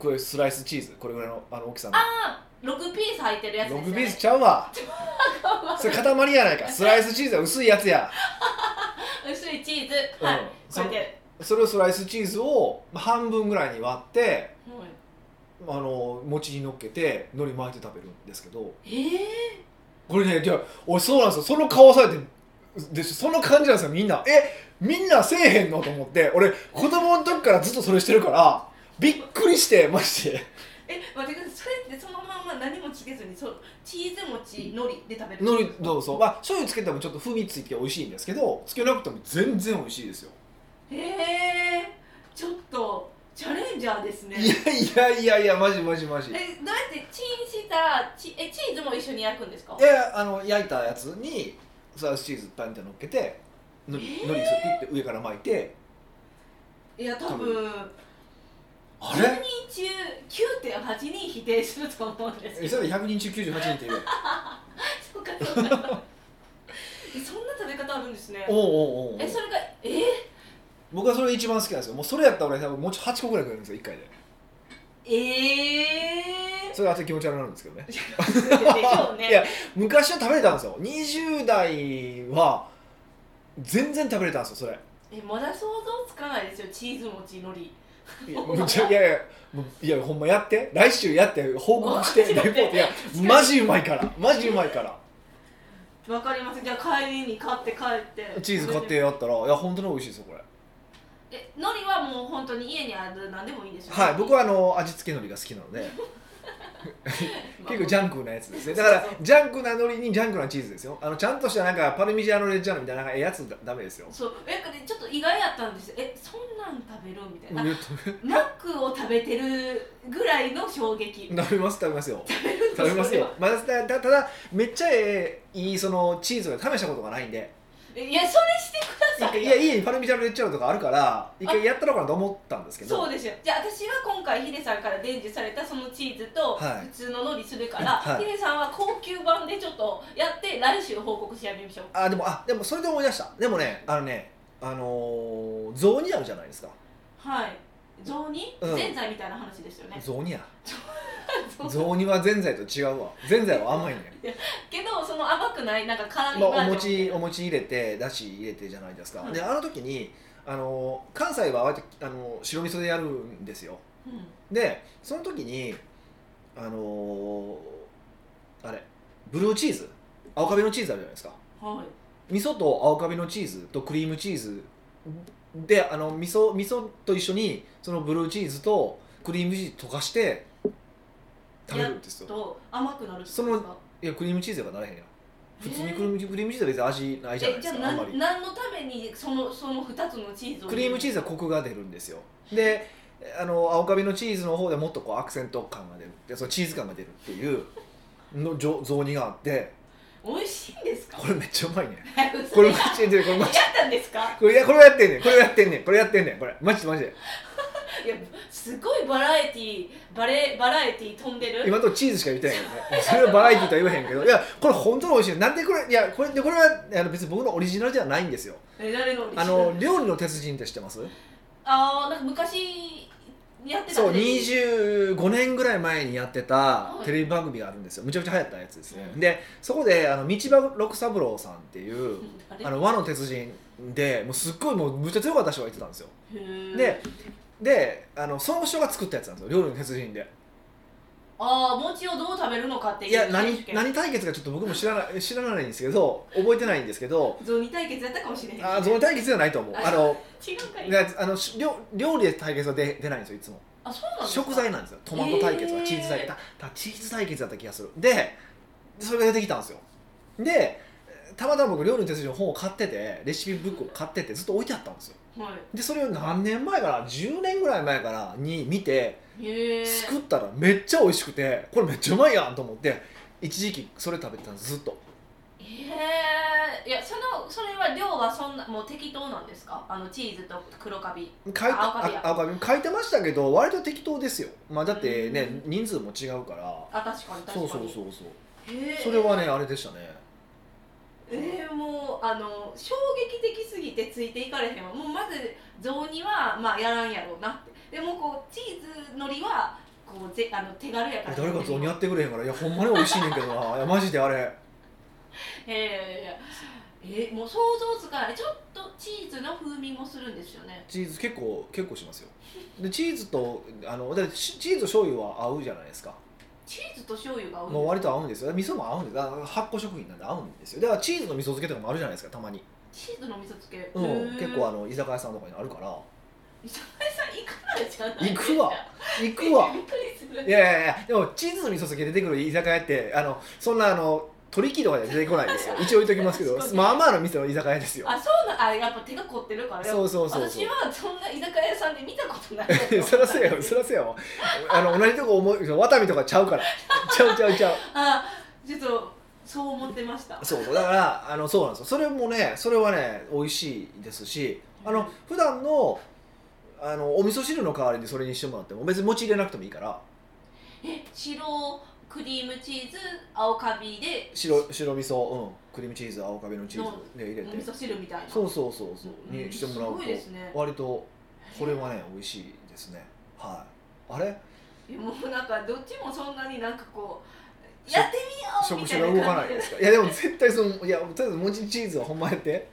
Speaker 2: これスライスチーズこれぐらいのあの大きさの
Speaker 1: ああ6ピース入ってるやつです
Speaker 2: 6
Speaker 1: よ
Speaker 2: ピース
Speaker 1: ね
Speaker 2: ちゃうわそれ塊やないかスライスチーズは薄いやつや、
Speaker 1: 薄いチー
Speaker 2: う
Speaker 1: ズ
Speaker 2: ん
Speaker 1: はい、こ
Speaker 2: そ
Speaker 1: れで、
Speaker 2: それをスライスチーズをまあ半分ぐらいに割って
Speaker 1: はい
Speaker 2: あの餅にのっけて海苔巻いて食べるんですけど
Speaker 1: ええ
Speaker 2: これねじゃ俺そうなんですよその顔されてでその感じなんですよみんなえみんなせえへんのと思って俺子供の時からずっとそれしてるからびっくりしてまして
Speaker 1: え待ってくださいそれってそのまんま何もつけずにそうチーズ餅のりで食べる
Speaker 2: 海苔どうぞまあ醤油つけてもちょっと風味ついて美味しいんですけどつけなくても全然美味しいですよ
Speaker 1: へえちょっとチャレンジャーですね
Speaker 2: いやいやいやいやマジマジマジ
Speaker 1: えどうやってチンしたらチえチーズも一緒に焼くんですか
Speaker 2: いやいやあの焼いたやつにスライスチーズバンって乗っけてのり
Speaker 1: えー
Speaker 2: のりすピって上から巻いて
Speaker 1: いや多分
Speaker 2: あ
Speaker 1: 10人中9.8人否定すると思うんです
Speaker 2: えそれ100人中98人っていう
Speaker 1: そうか そうかえそんな食べ方あるんですね
Speaker 2: おうおうおうおう
Speaker 1: えそれがえ
Speaker 2: 僕はそれ一番好きなんですよもうそれやったら俺多分餅8個ぐらい食えるんですよ1回で
Speaker 1: ええ
Speaker 2: それ後で気持ち悪くなるんですけど ね
Speaker 1: ー、でしょう
Speaker 2: いや
Speaker 1: ね
Speaker 2: 昔は食べれたんですよ20代は全然食べれたんですよそれ
Speaker 1: えまだ想像つかないですよチーズ餅のり
Speaker 2: いやむ ちゃいやいやもういやほんまやって来週やって報告 してレ
Speaker 1: マジで
Speaker 2: ポートいやマジうまいからマジうまいから
Speaker 1: わかりますじゃあ帰りに買って帰って
Speaker 2: チーズ買ってやった らいや本当に美味しいですよこれ
Speaker 1: え海苔はもう本当に家にある何でもいいんでしょ
Speaker 2: はい、僕はあの味付け海苔が好きなの で結構ジ
Speaker 1: ゃ
Speaker 2: ャンクなやつですねだからジャンクな海苔にジャンクなチーズですよあのちゃんとしたなんかパルミジャーノ・レッジャーノみたいななんかええやつだダメ ですよ
Speaker 1: そうなんかねちょっと意外やったんですよえそんなん食べるみたいな
Speaker 2: うん
Speaker 1: マックを食べてるぐらいの衝 撃
Speaker 2: 食べます食べますよ
Speaker 1: 食
Speaker 2: 食べますよ、まあ、だだただめっちゃええいいそのチーズが試したことがないんで
Speaker 1: いやそれしてく
Speaker 2: 一
Speaker 1: ださ
Speaker 2: 回
Speaker 1: い
Speaker 2: い
Speaker 1: よ
Speaker 2: や家にパルミジャーノ・レッジャーノとかあるから一回やったのかなと思ったんですけど
Speaker 1: そうですよじゃあ私は今回ヒデさんから伝授されたそのチーズと
Speaker 2: はい
Speaker 1: 普通の海苔するから、
Speaker 2: はい
Speaker 1: ヒデさんは高級版でちょっとやって来週報告しやめましょう
Speaker 2: あでもあでもそれで思い出したでもねあのねあのー、雑煮あるじゃないですか
Speaker 1: はい雑煮、
Speaker 2: うん
Speaker 1: ぜんざいみたいな話ですよね
Speaker 2: 雑 煮や
Speaker 1: そう
Speaker 2: 雑煮はぜんざいと違うわぜんざい は甘いね
Speaker 1: けどその甘くないなんか辛み
Speaker 2: まあ、
Speaker 1: バー
Speaker 2: お
Speaker 1: ジョンみ
Speaker 2: 餅
Speaker 1: た
Speaker 2: お
Speaker 1: いな
Speaker 2: 餅入れてだし入れてじゃないですか、
Speaker 1: はい
Speaker 2: であの時にあの関西は割とあの白味噌でやるんですよでその時にあのあれブルーチーズ青カビのチーズあるじゃないですか
Speaker 1: うんはい
Speaker 2: 味噌と青カビのチーズとクリームチーズであの味噌味噌と一緒にそのブルーチーズとクリームチーズ溶かして食べるんですよ
Speaker 1: と甘くなるってことですか
Speaker 2: そのいやクリームチーズがなれへんやん普通にクリー
Speaker 1: え
Speaker 2: ムチーズクリームチーズは別に味ないじゃない
Speaker 1: え
Speaker 2: で
Speaker 1: じゃ
Speaker 2: す
Speaker 1: あ
Speaker 2: かあんまり
Speaker 1: 何何のためにそのその2つのチーズを
Speaker 2: クリームチー
Speaker 1: ズ
Speaker 2: ズはコクが出るんですよであの青カビのチーズの方でもっとこうアクセント感が出るでそのチーズ感が出るっていうのじょ雑煮があって
Speaker 1: 美味しいんですか
Speaker 2: これめっちゃうまいねこ
Speaker 1: こ
Speaker 2: れ
Speaker 1: れ
Speaker 2: マ
Speaker 1: や
Speaker 2: ジでこれマジ
Speaker 1: ったんですか
Speaker 2: これいやこれやってんねんこれやってんねんこれやってんねんこれマジでマジで
Speaker 1: いやすごいバラエティバレバラエティ飛んでる
Speaker 2: 今のとこチーズしか言ってないけどねそれはバラエティーとは言わへんけどいやこれ本当に美味しいなんでこれいやこれでこれはあの別に僕のオリジナルではないんですよ
Speaker 1: え誰のオリジナ
Speaker 2: あ
Speaker 1: ル
Speaker 2: の料理の鉄人って知ってます
Speaker 1: あーなんか昔やってた
Speaker 2: そう
Speaker 1: テレビ
Speaker 2: 25年ぐらい前にやってた
Speaker 1: い
Speaker 2: テレビ番組があるんですよむちゃくちゃ流行ったやつですね、
Speaker 1: うん
Speaker 2: でそこであの道場六三郎さんっていう
Speaker 1: 誰
Speaker 2: あの和の鉄人でもうすっごいもうむっちゃ強かった人がいてたんですよ
Speaker 1: へー
Speaker 2: でであのその人が作ったやつなんですよ料理の鉄人で
Speaker 1: ああ餅をどう食べるのかっていう
Speaker 2: いや
Speaker 1: 選手
Speaker 2: 何
Speaker 1: 権
Speaker 2: 何対決かちょっと僕も知らない知らないんですけど覚えてないんですけど
Speaker 1: 雑煮対決やったかもしれへん
Speaker 2: あその対決ではないと思うあの
Speaker 1: 違うかい
Speaker 2: であのし料料理で対決は出出ないんですよいつも
Speaker 1: あそうなんですか
Speaker 2: 食材なんですよトマト対決は
Speaker 1: えー
Speaker 2: チーズ対決、だだチーズ対決だった気がするでそれが出てきたんですよでたまたま僕料理の手筋の本を買っててレシピブックを買っててずっと置いてあったんですよ
Speaker 1: は
Speaker 2: でそれを何年前かな10年ぐらい前からに見て
Speaker 1: いへえ
Speaker 2: 作ったらめっちゃ美味しくてこれめっちゃうまいやんと思って一時期それ食べてたんですずっと
Speaker 1: へえいやそのそれは量はそんなもう適当なんですかあのチーズと黒カビ
Speaker 2: 書いて
Speaker 1: 青カビや
Speaker 2: あ青カビ書いてましたけど割と適当ですよまあだってね
Speaker 1: うん
Speaker 2: 人数も違うから
Speaker 1: あ確かに確か
Speaker 2: そう
Speaker 1: に
Speaker 2: そうそううそう
Speaker 1: へえ
Speaker 2: それはねあれでしたね
Speaker 1: えーもうあの衝撃的すぎてついていかれへんわもうまず雑煮は、まあ、やらんやろうなってでもこうチーズのりはこうぜあの手軽やから
Speaker 2: 誰か雑煮やってくれへんからいやほんまに美味しいねんけどないやマジであれ
Speaker 1: いやいやいやえーもう想像つかないちょっとチーズの風味もするんですよね
Speaker 2: チーズ結構結構しますよでチーズとあのだってチチーズと醤油は合うじゃないですか
Speaker 1: チーズと醤油が合うん
Speaker 2: もう割と合うんですよ味噌も合うんですだから発酵食品なんで合うんですよだからチーズの味噌漬けとかもあるじゃないですかたまに、
Speaker 1: チーズの味噌漬け、
Speaker 2: うん
Speaker 1: へー
Speaker 2: 結構あの居酒屋さんとかにあるから
Speaker 1: 伊沢さん行くからじゃない
Speaker 2: 行くわ行くわ
Speaker 1: びっくりする
Speaker 2: いやいやいやでもチーズの味噌漬け出てくる居酒屋ってあのそんなあの取引とかでは出てこないですよ一応言っとき ますけど
Speaker 1: そう
Speaker 2: まあまあの店の居酒屋ですよ
Speaker 1: あそうなあやっぱ手が凝ってるから
Speaker 2: そうそうそうそ
Speaker 1: 私
Speaker 2: う
Speaker 1: はそんな居酒屋さんで見たことない
Speaker 2: そらそうやわそらそうやわあの同じとこ思いワタミとかちゃうからちゃうちゃうちゃう
Speaker 1: あちょっとそう思ってました
Speaker 2: そうそうだからあのそうなんですよそれもねそれはね美味しいですしあの普段のあのお味噌汁の代わりにそれにしてもらっても別に餅入れなくてもいいから
Speaker 1: え白クリームチーズ青カビで
Speaker 2: 白白味噌、うん、クリームチーズ青カビのチーズで入れ
Speaker 1: お
Speaker 2: て
Speaker 1: 味噌汁みたいな
Speaker 2: そうそうそうそう
Speaker 1: うん
Speaker 2: にしてもらう
Speaker 1: す
Speaker 2: と
Speaker 1: ごいですね
Speaker 2: 割とこれはね美味しいですねはいあれ
Speaker 1: いやもうなんかどっちもそんなになんかこう
Speaker 2: しょ
Speaker 1: やってみよう
Speaker 2: 食
Speaker 1: み
Speaker 2: 事
Speaker 1: た
Speaker 2: が
Speaker 1: い
Speaker 2: 動
Speaker 1: な
Speaker 2: かな
Speaker 1: 感じ
Speaker 2: いで
Speaker 1: です
Speaker 2: かいやでも絶対そのいやとりあえず餅チーズはほんまやって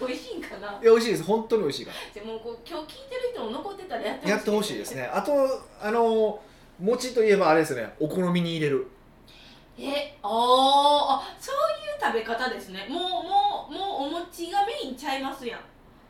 Speaker 1: 美味しいんかない
Speaker 2: や美味しいです本当に美味しいか
Speaker 1: で
Speaker 2: ら
Speaker 1: もこう今日聞いてる人も残ってたらやってほしい
Speaker 2: やってほしいですねあとあの餅といえばあれですねお好みに入れる
Speaker 1: えあーあそういう食べ方ですねもうもうもうお餅がメインちゃいますやん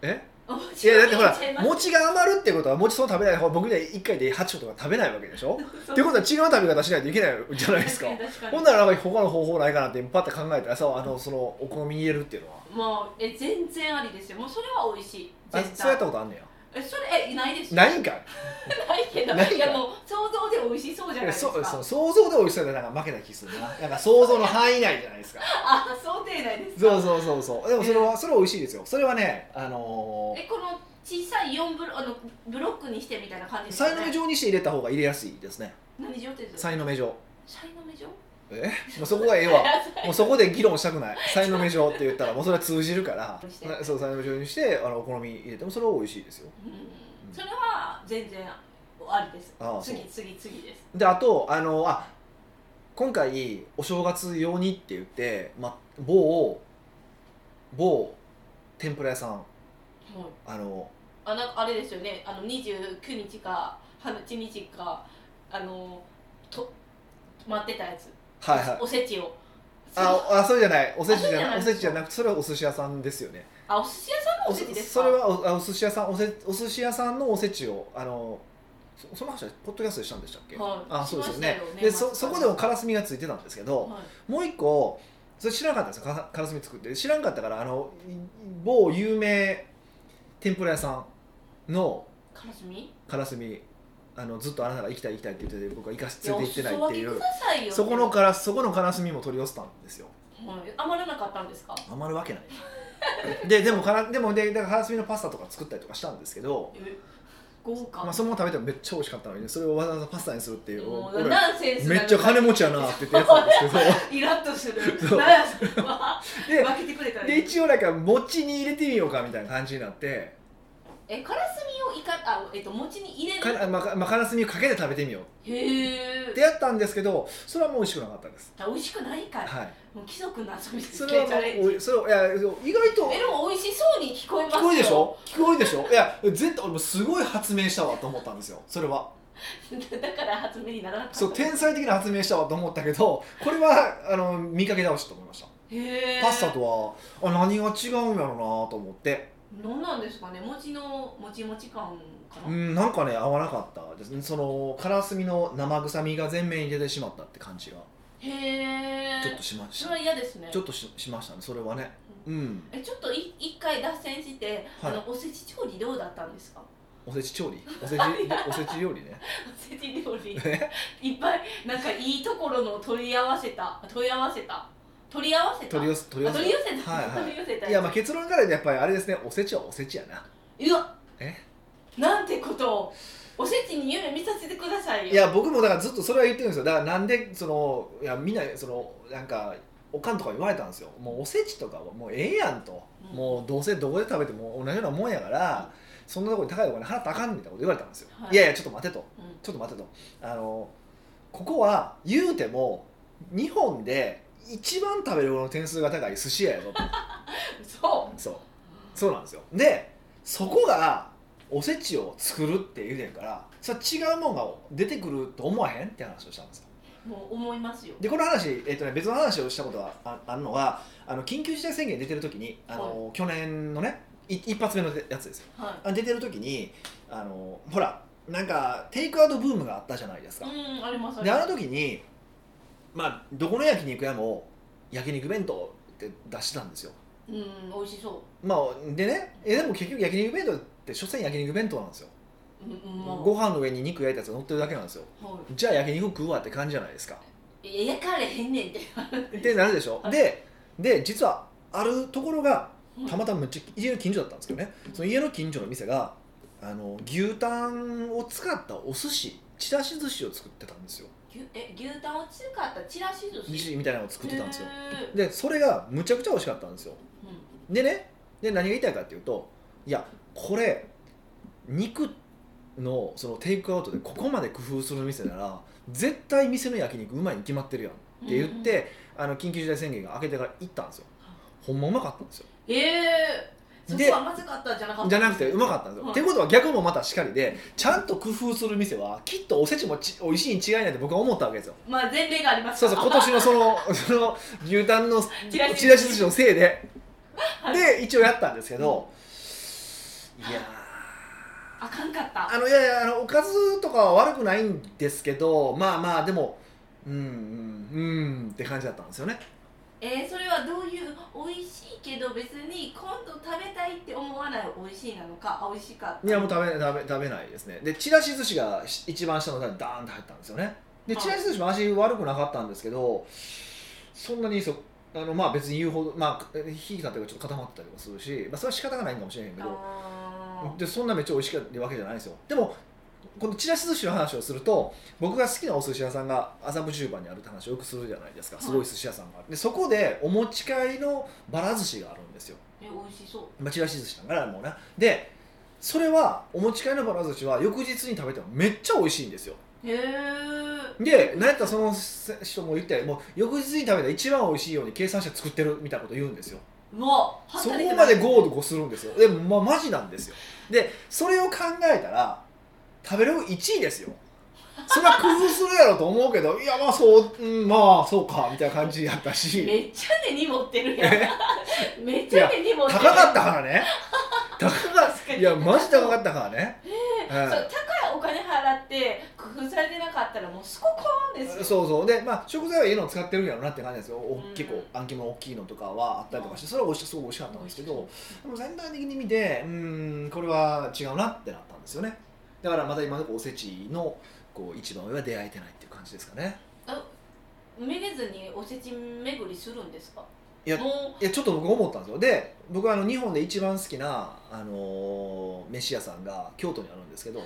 Speaker 2: え
Speaker 1: お
Speaker 2: い
Speaker 1: 餅
Speaker 2: や
Speaker 1: が
Speaker 2: だ
Speaker 1: メ
Speaker 2: っ
Speaker 1: インちゃい
Speaker 2: てほら
Speaker 1: ます
Speaker 2: 餅が余るってことは餅そう食べない方僕には1回で8個とか食べないわけで しょってことは違う食べ方しないといけないじゃないですか
Speaker 1: 確に確かに
Speaker 2: ほんならなんか他の方法ないかなってパッて考えたらさあのそのお好みに入れるっていうのは
Speaker 1: もうえ全然ありですよもうそれは美味しい
Speaker 2: あ
Speaker 1: 絶
Speaker 2: そう
Speaker 1: 対
Speaker 2: やったことあんねや
Speaker 1: えそれえないですよ
Speaker 2: ないんかい
Speaker 1: ないけど
Speaker 2: ないか
Speaker 1: いやもう想像で美味しそうじゃないです
Speaker 2: そ
Speaker 1: か
Speaker 2: うそう想像で美味しそうでなんか負けた気するななんか想像の範囲内じゃない ですか
Speaker 1: あ想定内ですか
Speaker 2: そうそうそうそうでもそれはそれは美味しいですよそれはねあのー
Speaker 1: えこの小さい四ブロあのブロックにしてみたいな感じです
Speaker 2: さい
Speaker 1: よ
Speaker 2: の目
Speaker 1: ね
Speaker 2: 状にして入れた方が入れやすいですね
Speaker 1: 何状ってです
Speaker 2: さいの目状
Speaker 1: さいの目状
Speaker 2: えもうそこがええ わもうそこで議論したくない才能目状って言ったらもうそれは通じるから
Speaker 1: して
Speaker 2: そう才能目状にしてあのお好み入れてもそれは美味しいですよ
Speaker 1: うんそれは全然ありです
Speaker 2: ああそう
Speaker 1: 次次次です
Speaker 2: であとあのあ今回お正月用にって言って、ま、某某天ぷら屋さん
Speaker 1: はい
Speaker 2: あの
Speaker 1: あなんかあれですよねあの29日か8日かあのと待ってたやつ、
Speaker 2: はいはい
Speaker 1: おせちを
Speaker 2: ああそうじゃないおせちじゃない
Speaker 1: あ
Speaker 2: お
Speaker 1: そうじゃない
Speaker 2: せちじゃなくてそれはお寿司屋さんですよね
Speaker 1: あお寿司屋さんのおせちですか
Speaker 2: それはおあお寿司屋さんおせお寿司屋さんのおせちをあのそその話はポッドキャストでしたんでしたっけ、
Speaker 1: はい
Speaker 2: あそうですよ
Speaker 1: しまし
Speaker 2: ね
Speaker 1: たよね
Speaker 2: でそそこでもからすみがついてたんですけど、
Speaker 1: はい
Speaker 2: もう一個それ知らなかったんですよかからすみ作って知らんかったからあのい某有名天ぷら屋さんの
Speaker 1: からすみ
Speaker 2: からすみあのずっとあなたが行きたい行きたいって言ってて僕は行かせ
Speaker 1: いやお
Speaker 2: 連れて
Speaker 1: 裾
Speaker 2: 行ってないっ
Speaker 1: 分
Speaker 2: て
Speaker 1: け
Speaker 2: い
Speaker 1: く
Speaker 2: う
Speaker 1: ださいよ
Speaker 2: そこのからそこのからすみも取り寄せたんですよ
Speaker 1: はい余らなかったんですか
Speaker 2: 余るわけないででもからでもでだからからすみのパスタとか作ったりとかしたんですけど
Speaker 1: え豪華、
Speaker 2: まあ、そのまま食べてもめっちゃ美味しかったのにそれをわざわざパスタにするっていう
Speaker 1: もう
Speaker 2: 俺
Speaker 1: ナンセンスな
Speaker 2: めっちゃ金持ちやなって言ってやつなんですけど
Speaker 1: イラッとす
Speaker 2: そう
Speaker 1: るなんやそれは
Speaker 2: で
Speaker 1: 分けてくれたら
Speaker 2: で
Speaker 1: いい
Speaker 2: 一応なんか餅に入れてみようかみたいな感じになって
Speaker 1: えからすみをいかあえっと餅に入れ
Speaker 2: か
Speaker 1: る
Speaker 2: ら,、まあかまあ、からすみをかけて食べてみよう
Speaker 1: へ
Speaker 2: って
Speaker 1: え
Speaker 2: やったんですけどそれはもう美味しくなかったです、
Speaker 1: 美味しくないんかい
Speaker 2: はい、
Speaker 1: もう貴族の遊び
Speaker 2: そ
Speaker 1: つ
Speaker 2: れ
Speaker 1: け
Speaker 2: は
Speaker 1: チ
Speaker 2: も
Speaker 1: ャレン
Speaker 2: うおい
Speaker 1: ジ
Speaker 2: それをいや意外と
Speaker 1: えでも美味しそうに聞こえます
Speaker 2: 聞
Speaker 1: よ
Speaker 2: こえるでしょ聞こえるでしょいや絶対俺もすごい発明したわと思ったんですよそれは
Speaker 1: だから発明にならなかった
Speaker 2: そう天才的な発明したわと思ったけどこれはあの見かけ倒しと思いました
Speaker 1: へー
Speaker 2: パスタとはあ何が違うんやろうなと思って
Speaker 1: 何なんですかね餅のもちもち感か
Speaker 2: う
Speaker 1: な、
Speaker 2: んなんかね合わなかったですねそのからすみの生臭みが全面に出てしまったって感じが
Speaker 1: へえ
Speaker 2: ちょっとしまし
Speaker 1: そ
Speaker 2: た
Speaker 1: れは嫌ですね
Speaker 2: ちょっとししましたねそれはねうん
Speaker 1: えちょっとい一回脱線して、
Speaker 2: はい
Speaker 1: あのおせち調理どうだったんですか
Speaker 2: おせち調理おせちおせち料理ね
Speaker 1: おせち料理
Speaker 2: え
Speaker 1: いっぱいなんかいいところの取り合わせた取り合わせた取り合わせた
Speaker 2: 取り寄せ取り
Speaker 1: あ
Speaker 2: 寄
Speaker 1: 取り
Speaker 2: せ
Speaker 1: 寄せた、
Speaker 2: はいはい
Speaker 1: 取り寄せた
Speaker 2: いやまあ結論から言うとやっぱりあれですねおせちはおせちやな
Speaker 1: うわ
Speaker 2: え
Speaker 1: なんてことをおせちに夢見させてくださいよ
Speaker 2: いや僕もだからずっとそれは言ってるんですよだからなんでそのいやみんなそのなんかおかんとか言われたんですよもうおせちとかはもうええやんと、
Speaker 1: うん
Speaker 2: もうどうせどこで食べても同じようなもんやからそんなとこに高いお金払ったらあかんみたいなこと言われたんですよ、
Speaker 1: はい
Speaker 2: い、やいやちょっと待てと
Speaker 1: うん
Speaker 2: ちょっと待てとあのここは言うても日本で一番食べるものの点数が高い寿司屋やぞと
Speaker 1: そ
Speaker 2: そうそうなんですよでそこがおせちを作るって言うてんからそれ違うもんが出てくると思わへんって話をしたんですよ
Speaker 1: うもう思いますよ
Speaker 2: でこの話、えっとね、別の話をしたことがああるのはあの緊急事態宣言出てる時にあの、去年のねい一発目のやつですよ
Speaker 1: は
Speaker 2: あ出てる時にあのほらなんかテイクアウトブームがあったじゃないです
Speaker 1: い
Speaker 2: か、
Speaker 1: うんあります
Speaker 2: であ
Speaker 1: あ
Speaker 2: の時にまあどこの焼肉屋も焼肉弁当って出してたんですよ
Speaker 1: りますうん美味しそ
Speaker 2: まあでねえでも結局焼肉弁当って所詮焼肉弁当なんですよ、
Speaker 1: ううんうんまあ
Speaker 2: ご飯の上に肉焼いたやつが乗ってるだけなんですよ
Speaker 1: は
Speaker 2: じゃあ焼肉食うわって感じじゃないですか
Speaker 1: いいや焼かれへんねんって
Speaker 2: ってなるでしょ、
Speaker 1: はい
Speaker 2: でで実はあるところがたま
Speaker 1: た
Speaker 2: たまめっちゃ家の近所だったんですけどねその家の近所の店があの牛タンを使ったお寿司ちらし寿司を作ってたんですよ
Speaker 1: え牛タンを使ったチラシ寿
Speaker 2: 寿
Speaker 1: 司
Speaker 2: 司みたいなのを作ってたんですよ
Speaker 1: へー
Speaker 2: でそれがむちゃくちゃ美味しかったんですよ
Speaker 1: うん
Speaker 2: でねで何が言いたいかっていうといやこれ肉のそのテイクアウトでここまで工夫する店なら絶対店の焼肉うまいに決まってるやんって言っ
Speaker 1: うんうん
Speaker 2: て、あの緊急事態宣言が明けてから行ったんですよほんまうまかったんですよ
Speaker 1: ええそ
Speaker 2: で
Speaker 1: こはまずかったんじゃなかった
Speaker 2: じゃなくてうまかったんですよ、
Speaker 1: はい
Speaker 2: ってことは逆もまたしかりでちゃんと工夫する店はきっとおせちもち美味しいに違いないって僕は思ったわけですよ
Speaker 1: まあ前例があります
Speaker 2: そうそう今年のそのその牛タンの
Speaker 1: ちらし寿司
Speaker 2: ちらし寿司のせいで、
Speaker 1: はい
Speaker 2: で一応やったんですけど、いや
Speaker 1: あかんかった
Speaker 2: ーあのいやいやあのおかずとかは悪くないんですけどまあまあでもうんうんうんって感じだったんですよね
Speaker 1: えー、それはどういう美味しいけど別に今度食べたいって思わない美味しいなのかあ美味しかった
Speaker 2: いやもう食べ食べ食べないですねでちらし寿司がし一番下の段にダーンと入ったんですよねで
Speaker 1: はい
Speaker 2: ちらし寿司も味悪くなかったんですけどそんなにそあのまあ別に言うほどまあ火がというかちょっと固まってたりもするし、まあ、それは仕方がないんかもしれへんけど
Speaker 1: あ
Speaker 2: でそんなめっちゃ美味しかったわけじゃないんですよでもこのちらし寿司の話をすると僕が好きなお寿司屋さんが麻布十番にあるって話をよくするじゃないですか
Speaker 1: はい
Speaker 2: すごい寿司屋さんがあるでそこでお持ち帰りのバラ寿司があるんですよ
Speaker 1: ーえ美味しそう
Speaker 2: まあ、ちらし寿司なんかなもうなでそれはお持ち帰りのばら寿司は翌日に食べてもめっちゃ美味しいんですよ
Speaker 1: へえ
Speaker 2: で何やったらそのせ人も言ってもう翌日に食べたら一番美味しいように計算して作ってるみたいなこと言うんですよ
Speaker 1: うわ
Speaker 2: そこまでゴール
Speaker 1: ル
Speaker 2: ドするんですよで、まあ、マジなんですよでそれを考えたら食べログ1位ですよそれは工夫するやろと思うけど いやまあそう、うん、まあそうかみたいな感じやったし
Speaker 1: めっちゃ根に持ってる やんめっちゃ根に持っ
Speaker 2: 高
Speaker 1: てる
Speaker 2: かったからね高かっ
Speaker 1: 確か
Speaker 2: た
Speaker 1: に
Speaker 2: いやマジ高かったからね、うん
Speaker 1: そう高いお金払って工夫されてなかったらもうすここーんですよ
Speaker 2: そうそうでまあ食材は家の使ってるんやろうなって感じなんですよお
Speaker 1: うん
Speaker 2: 結構あん肝大きいのとかはあったりとかしてそれはおいしすごい美味しかったんですけどでも全体的に見てうーんこれは違うなってなったんですよねだからまた今のところおせちのこう一番上は出会えてないっていう感じですかね
Speaker 1: めげずにおせち巡りするんですか
Speaker 2: いや
Speaker 1: も
Speaker 2: いやちょっと僕思ったんですよで僕はあの日本で一番好きな、あのー飯屋さんが京都にあるんですけど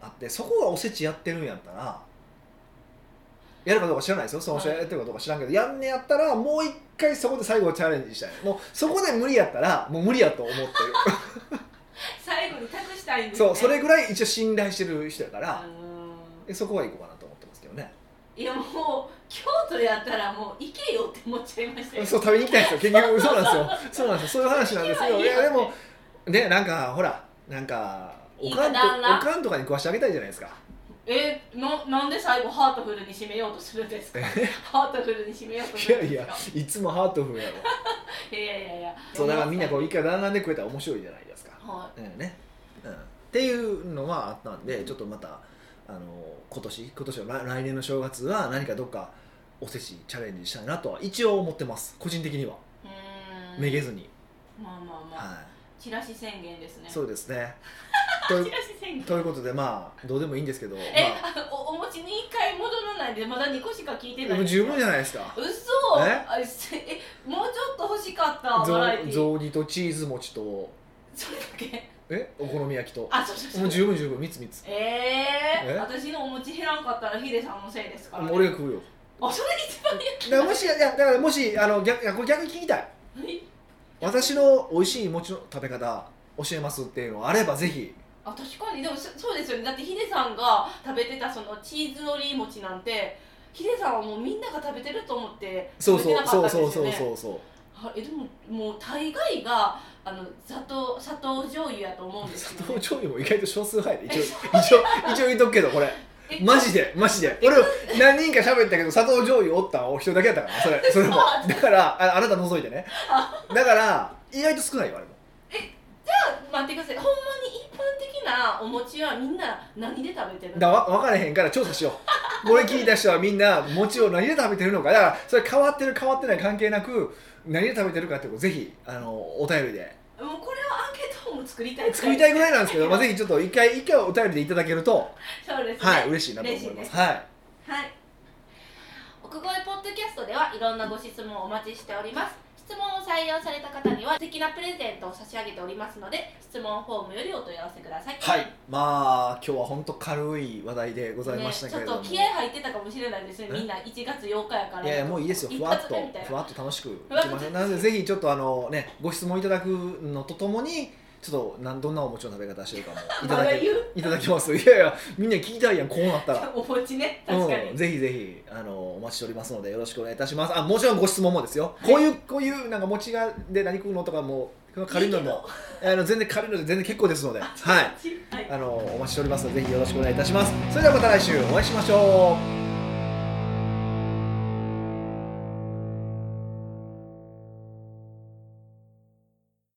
Speaker 2: あってそこがおせちやってるんやったらやるかどうか知らないですよその人
Speaker 1: はい
Speaker 2: やってるかどうか知らんけど、やんねやったらもう一回そこで最後チャレンジしたいもうそこで無理やったらもう無理やと 思ってる
Speaker 1: う最後に託したいんです、ね、
Speaker 2: そうそれぐらい一応信頼してる人やか
Speaker 1: う
Speaker 2: ら
Speaker 1: ん
Speaker 2: でそこは行こうかなと思ってますけどね
Speaker 1: いやもう京都やったらもう行けよって思っちゃいましたよ
Speaker 2: そう食べに行きたいんですよ結局そうなんですよそうなんですよそういう話なんですけどいやでもねなんかほらなんかおか
Speaker 1: い
Speaker 2: んと
Speaker 1: いかな
Speaker 2: おかんとかに食わしてあげたいじゃないですか
Speaker 1: えななんで最後ハートフルに締めようとするんです かハートフルに締めようとす
Speaker 2: い
Speaker 1: る
Speaker 2: や
Speaker 1: ん
Speaker 2: い
Speaker 1: です
Speaker 2: や
Speaker 1: か
Speaker 2: いつもハートフルやろ
Speaker 1: いやいやいやいや
Speaker 2: そうだからみんなこ
Speaker 1: は
Speaker 2: う
Speaker 1: い
Speaker 2: 一回並んでくれたら面白いじゃないですか、ねねうん、っていうのはあったんでちょっとまたあの今年今年は来来年の正月は何かどっかおせちチャレンジしたいなとは一応思ってます個人的には
Speaker 1: うーん
Speaker 2: めげずに、
Speaker 1: まあまあまあ
Speaker 2: は
Speaker 1: チラシ宣言ですね
Speaker 2: い、そうですねと
Speaker 1: チラシ宣言
Speaker 2: ということでまあどうでもいいんですけど、ま
Speaker 1: え
Speaker 2: あ、
Speaker 1: あおお餅に一回戻らないでまだ二個しか聞いてない
Speaker 2: もう十分じゃ
Speaker 1: ない
Speaker 2: ないですか
Speaker 1: 嘘
Speaker 2: え
Speaker 1: あせえもうちょっと欲しかったバラエティー
Speaker 2: 雑煮とチーズ餅と
Speaker 1: それだけ
Speaker 2: えお好み焼きと
Speaker 1: あそうそうそう
Speaker 2: もう十分十分三つ三つ
Speaker 1: えー、
Speaker 2: え
Speaker 1: 私のお餅減らんかったらヒデさんのせいですから、
Speaker 2: もう俺が食うよ
Speaker 1: あそれ一番
Speaker 2: だからもしいやだからもしあの逆いやこれ逆に聞きたい
Speaker 1: はい
Speaker 2: 私の美味しい餅の食べ方教えますっていうのがあればぜひ
Speaker 1: あ確かにでもそそうですよねだってヒデさんが食べてたそのチーズのり餅なんてヒデさんはもうみんなが食べてると思って
Speaker 2: そう
Speaker 1: 食べ
Speaker 2: そ
Speaker 1: て
Speaker 2: う
Speaker 1: なか
Speaker 2: そ
Speaker 1: った
Speaker 2: うん
Speaker 1: ですよ
Speaker 2: そう
Speaker 1: ね
Speaker 2: そうそうそう
Speaker 1: あえでももう大概があの砂糖砂糖醤油やと思うんです
Speaker 2: 砂
Speaker 1: よ、
Speaker 2: 糖
Speaker 1: ね、
Speaker 2: 醤油も意外と少数派やで一応一応一応言っとくけどこれ
Speaker 1: え
Speaker 2: マジでマジで俺何人か喋ったけど砂糖醤油おったんお一人だけやったからそれそれも
Speaker 1: あ
Speaker 2: だからああなた除いてねだから意外と少ないよあれも
Speaker 1: 待ってくださいほんまに一般的なお餅はみんな何で食べてるの
Speaker 2: だわ分からへんから調査しようこれ聞いた人はみんな餅を何で食べてるのかだからそれ変わってる変わってない関係なく何で食べてるかってことをぜひあのお便りで
Speaker 1: もうこれはアンケートも作りたい
Speaker 2: 作りた
Speaker 1: い
Speaker 2: いぐらいなんですけど、まあ、ぜひちょっと一回一回お便りでいただけると
Speaker 1: そうですね
Speaker 2: はい嬉しいなと思い
Speaker 1: 嬉しい
Speaker 2: ま
Speaker 1: です
Speaker 2: すはい
Speaker 1: はい。奥越ポッドキャストではいろんなご質問をお待ちしております。質問を採用された方には素敵なプレゼントを差し上げておりますので、質問フォームよりお問い合わせください。
Speaker 2: はい、まあ今日は本当軽い話題でございましたけれども、
Speaker 1: ね、ちょっと気合入ってたかもしれないですね。
Speaker 2: え
Speaker 1: みんな1月8日やから。
Speaker 2: いやいやもういいですよ
Speaker 1: 一
Speaker 2: ふわっ
Speaker 1: 発
Speaker 2: と
Speaker 1: でみたい
Speaker 2: ふ
Speaker 1: な。
Speaker 2: わっと楽しくいき
Speaker 1: わっと
Speaker 2: ましょうなのでぜひちょっとあのねご質問いただくのとともにちょっとなんどんなお餅の食べ方してる かもいた
Speaker 1: ま
Speaker 2: だ
Speaker 1: だ
Speaker 2: け
Speaker 1: 言う
Speaker 2: いただきますいやいやみんな聞きたいやんこうなったら
Speaker 1: お餅ね、 確かに。
Speaker 2: うん、ぜひぜひあのお待ちしておりますのでよろしくお願いいたしますあもちろんご質問もですよこういうこういうなんか餅がで何食うのとかも軽いのもあの全然軽いので全然結構ですのでは い
Speaker 1: いけど。はい
Speaker 2: あのお待ちしておりますのでぜひよろしくお願いいたしますそれではまた来週お会いしましょう